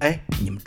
哎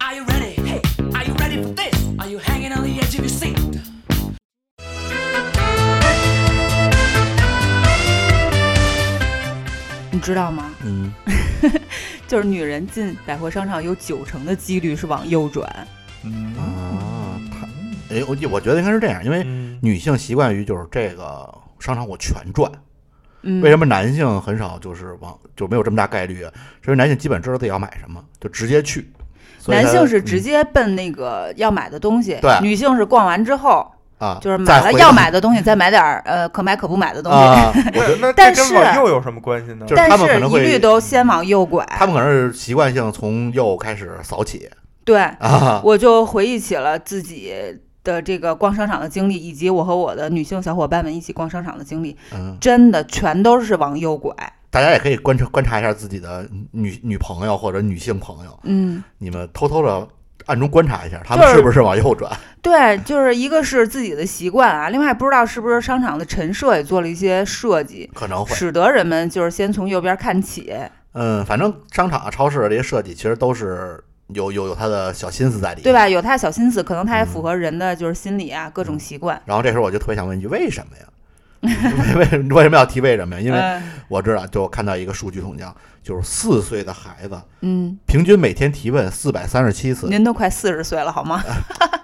Are you ready? Hey, are you ready for this? Are you hanging on the edge of your seat? 你知道吗？嗯， 就是女人进百货商场有九成的几率是往右转。嗯啊，他，哎，我我觉得应该是这样，因为嗯，女性习惯于就是这个商场我全转。嗯，为什么男性很少就是往就没有这么大概率啊？是因为男性基本知道自己要买什么，就直接去。所以男他性是直嗯接奔那个要买的东西，对女性是逛完之后啊，就是买再了回要到买的东西，再买点儿呃可买可不买的东西。啊，我觉得那这但跟是往右有什么关系呢？就是但他们可能一会律都先往右拐。他们可能是习惯性从右开始扫起对，啊。我就回忆起了自己的这个逛商场的经历，以及我和我的女性小伙伴们一起逛商场的经历，嗯，真的全都是往右拐。大家也可以观察观察一下自己的女女朋友或者女性朋友，嗯，你们偷偷的暗中观察一下，他们就是是不是往右转？对，就是一个是自己的习惯啊，另外不知道是不是商场的陈设也做了一些设计，可能会。使得人们就是先从右边看起。嗯，反正商场、超市这些设计其实都是有有有他的小心思在里面，对吧？？有他的小心思，可能他也符合人的就是心理啊，各种习惯。然后这时候我就特别想问一句，为什么呀？ 为为为什么要提为什么呀？因为嗯我知道，就我看到一个数据统计啊，就是四岁的孩子嗯，平均每天提问四百三十七次。您都快四十岁了，好吗？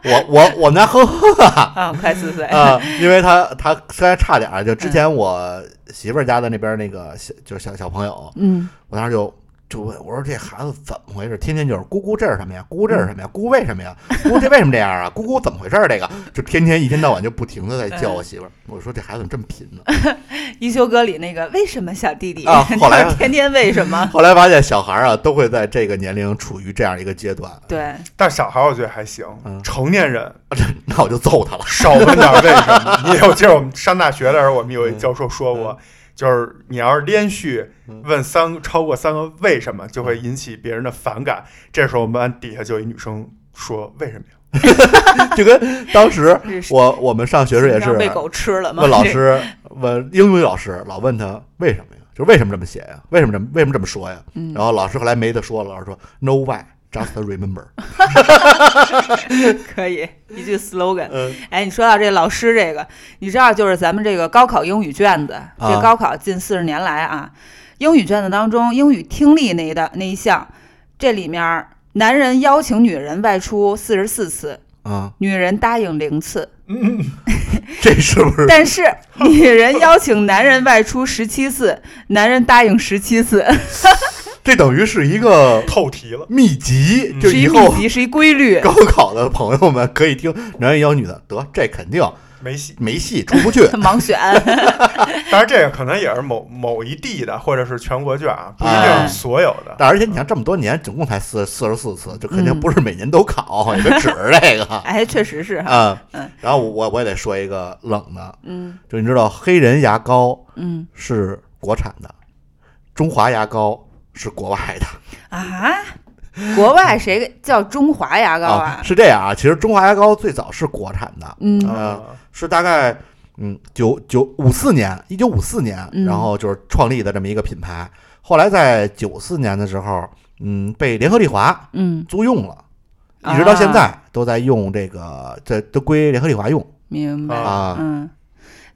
我我我们家呵呵啊，快四岁。啊、 因为他他虽然差点儿，就之嗯前我媳妇儿家的那边那个小就是小小朋友，嗯，我当时就就问我说这孩子怎么回事？天天就是姑姑这是什么呀？姑姑这是什么呀？嗯姑姑为什么呀？姑姑这为什么这样啊？姑姑怎么回事儿？这个就天天一天到晚就不停的在嗯叫我媳妇儿。我说这孩子怎么这么贫呢？ 一休哥里那个为什么小弟弟啊后来就是 天天为什么？后来发现小孩儿啊都会在这个年龄处于这样一个阶段，对，但小孩我觉得还行嗯，成年人那我就揍他了。 少问点为什么。你也有我记得我们上大学的时候，我们有一教授说过，嗯就是你要是连续问三个超过三个为什么，嗯就会引起别人的反感。这时候我们班底下就有一女生说：“为什么呀就跟当时这是我我们上学时也是被狗吃了吗？问老这，师，问英语老师，老问他为什么呀？就是为什么这么写呀？为什么这么为什么这么说呀？嗯然后老师后来没得说了，老师说 No why, just remember。 可以一句 slogan。嗯，哎，你说到这老师这个，你知道就是咱们这个高考英语卷子，啊这高考近四十年来啊，英语卷子当中英语听力那一的那一项，这里面儿男人邀请女人外出四十四次，啊，女人答应零次，这是不是但是女人邀请男人外出十七次，男人答应十七次，这等于是一个？”透题了。秘籍？就是一以秘后籍，嗯是一规律。高考的朋友们可以听男人邀女的，得这肯定没戏，没戏，出 不去 盲选，当然这个可能也是某某一地的，或者是全国卷啊，不一定哎是所有的。但而且你看这么多年，总共才四四十四次，就肯嗯定不是每年都考，你别指着这个 哎，确实是哈，啊嗯。然后我我也得说一个冷的，嗯就你知道黑人牙膏嗯是国产的，中华牙膏是国外的啊，国外谁叫中华牙膏啊？是这样啊，其实中华牙膏最早是国产的，嗯啊，是大概嗯九九五四年，一九五四年，嗯然后就是创立的这么一个品牌。后来在九四年的时候，嗯，被联合利华嗯，租用了，啊一直到现在都在用这个，这都归联合利华用明白啊。嗯。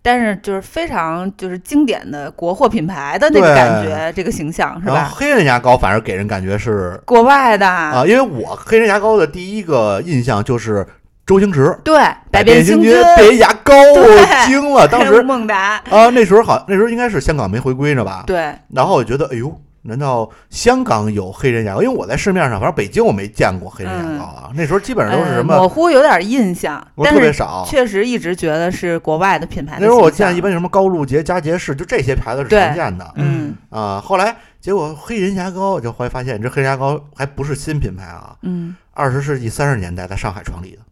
但是就是非常就是经典的国货品牌的那个对感觉，这个形象是然后吧？黑人牙膏反而给人感觉是国外的，啊、因为我黑人牙膏的第一个印象就是周星驰对，百变星君变形牙膏，对我惊了，当 时孟达，啊，那时候好，那时候应该是香港没回归呢吧？对，然后我觉得，哎呦，难道香港有黑人牙膏？因为我在市面上，反正北京我没见过黑人牙膏啊。那时候基本上都是什呃么模，糊有点印象，我嗯但特别是少。确实一直觉得是国外的品牌的那形时象。候我见一般什么高露洁、佳洁士，就这些牌子是常见的嗯啊。后来结果黑人牙膏，就后来发现这黑人牙膏还不是新品牌啊，嗯二十世纪三十年代在上海创立的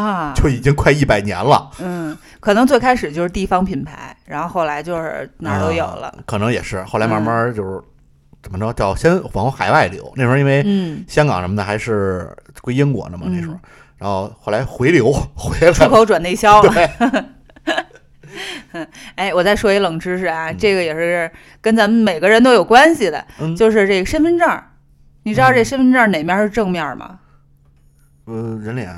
啊，就已经快一百年了，嗯，可能最开始就是地方品牌，然后后来就是哪儿都有了，嗯嗯可能也是后来慢慢就是怎么着叫先往海外流。那时候因为嗯，香港什么的还是归英国的嘛，那时候嗯，然后后来回流回来 出了，口转内销了。对， 哎，我再说一冷知识啊，嗯这个也是跟咱们每个人都有关系的，嗯就是这个身份证儿。你知道这嗯身份证儿哪面是正面吗、呃，人脸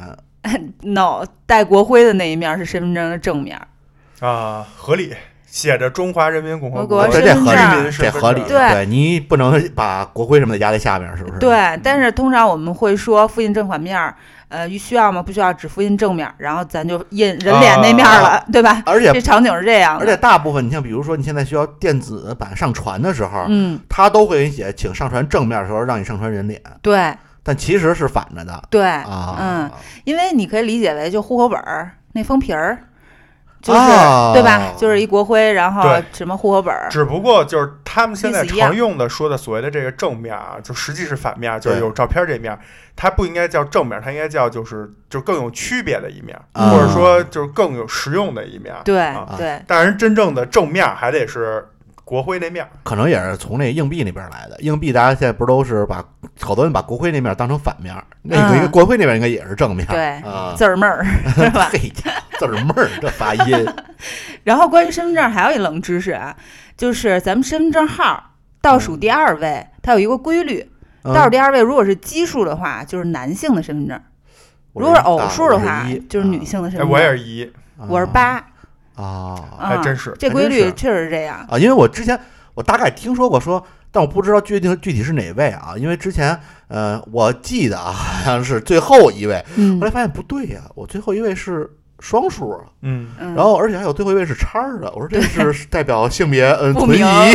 n o 带国徽的那一面是身份证的正面。啊，合理，写着中华人民共和国我国这这身份合证理，民身这份合理，证对你不能把国徽什么的压在下面，是不是？对，但是通常我们会说复印正反面儿，呃，需要吗？不需要，只复印正面儿，然后咱就印人脸啊那面儿了，对吧？而这且场景是这样的。而且大部分，你像比如说你现在需要电子版上传的时候，嗯，它都会给你写，请上传正面的时候让你上传人脸，对但其实是反着的对、啊。嗯，因为你可以理解为就户口本儿那封皮儿，就是、啊对吧？就是一国徽，然后对什么户口本儿，只不过就是他们现在意思一样常用的说的所谓的这个正面啊，就实际是反面，就对是有照片这面，它不应该叫正面，它应该叫就是就更有区别的一面，啊或者说就是更有实用的一面。对、啊，对，当然真正的正面还得是国徽那面。可能也是从那硬币那边来的。硬币大家现在不是都是把好多人把国徽那面当成反面，那个嗯应该国徽那边应该也是正面。对啊，字儿妹儿是吧？嘿，字儿妹儿这发音，然后关于身份证还有一冷知识啊，就是咱们身份证号倒数第二位，它有一个规律，嗯倒数第二位如果是奇数的话，就是男性的身份证；如果是偶数的话，就是女。性的身哎，份证。我也是一，我我是一是啊八，啊啊还真是这还规真律是确实是这样。啊，因为我之前我大概听说过说。但我不知道确定具体是哪位啊，因为之前呃，我记得啊，好像是最后一位，嗯后来发现不对呀、我最后一位是双数啊，嗯，嗯，然后而且还有最后一位是叉儿的，我说这是代表性别嗯不存 疑明啊，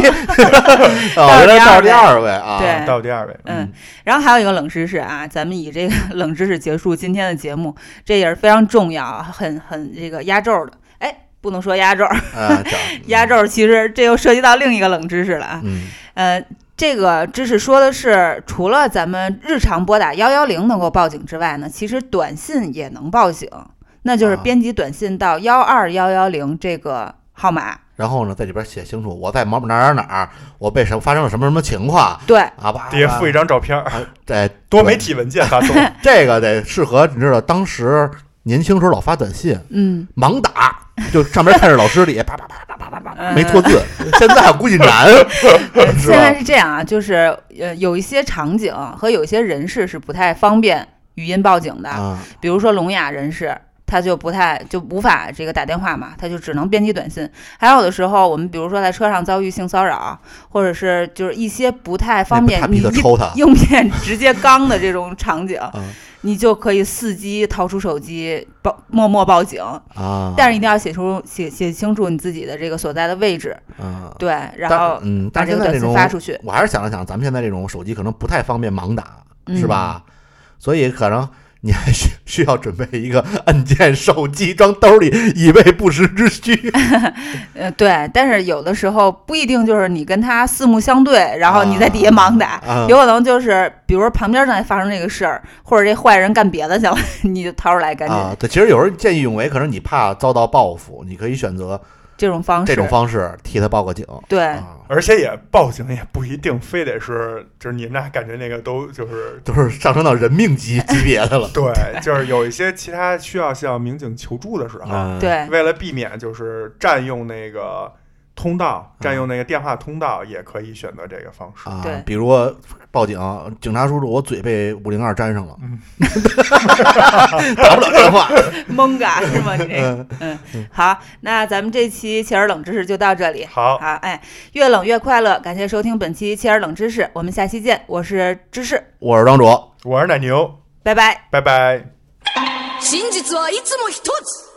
到原来第到二第位二位啊，对到第二位，嗯，然后还有一个冷知识啊，咱们以这个 冷知识结束今天的节目，这也是非常重要啊，很很这个压轴的。哎，不能说压轴，啊，讲 压，轴其实这又涉及到另一个冷知识了啊。嗯呃，这个知识说的是，除了咱们日常拨打幺幺零能够报警之外呢，其实短信也能报警，那就是啊编辑短信到幺二幺幺零这个号码。然后呢，在里边写清楚我在某某哪儿哪儿哪儿，我被什么发生了什么什么情况对，啊吧，底下附一张照片，啊，对，多媒体文件发送。这个得适合你知道当时。年轻时候老发短信，嗯，盲打，就上边看着老师里啪啪啪啪啪啪啪，没错嗯。 字。现在估计难，是 现在吧？是这样啊，就是呃，有一些场景和有一些人士是不太方便语音报警的，啊，比如说聋哑人士，他就不太就无法这个打电话嘛，他就只能编辑短信。还有的时候，我们比如说在车上遭遇性骚扰，或者是就是一些不太方便他你逼的硬抽他，硬片直接刚的这种场景，嗯你就可以伺机掏出手机报默默报警，啊，但是一定要写出写写清楚你自己的这个所在的位置，嗯，对，然但后嗯，把但是这现个在短这信种发出去，我还是想了想，咱们现在这种手机可能不太方便盲打，嗯是吧？所以可能你还需需要准备一个按键手机装兜里，以备不时之 需。呃，对，但是有的时候不一定就是你跟他四目相对，然后你在底下盲打，啊哎有可能就是比如说旁边正在发生这个事儿，或者这坏人干别的去了， 你就掏出来赶紧、啊，对，其实有人见义勇为，可能你怕遭到报复，你可以选择这种方式，这种方式替他报个警。对、啊，而且也报警也不一定非得是，就是你那感觉那个都就是。都是上升到人命级级别的了对，就是有一些其他需要向民警求助的时候，嗯，对，为了避免就是占用那个通道、占用那个电话通道，也可以选择这个方式。啊对，比如我报警，警察叔叔，我嘴被五零二粘上了，嗯 打不了电话。懵嘎是吗？你这个，嗯，好，那咱们这期切尔冷知识就到这里。好，好，哎，越冷越快乐，感谢收听本期切尔冷知识，我们下期见，我是芝士，我是庄主。我是奶牛，拜拜。拜拜。真実はいつも一つ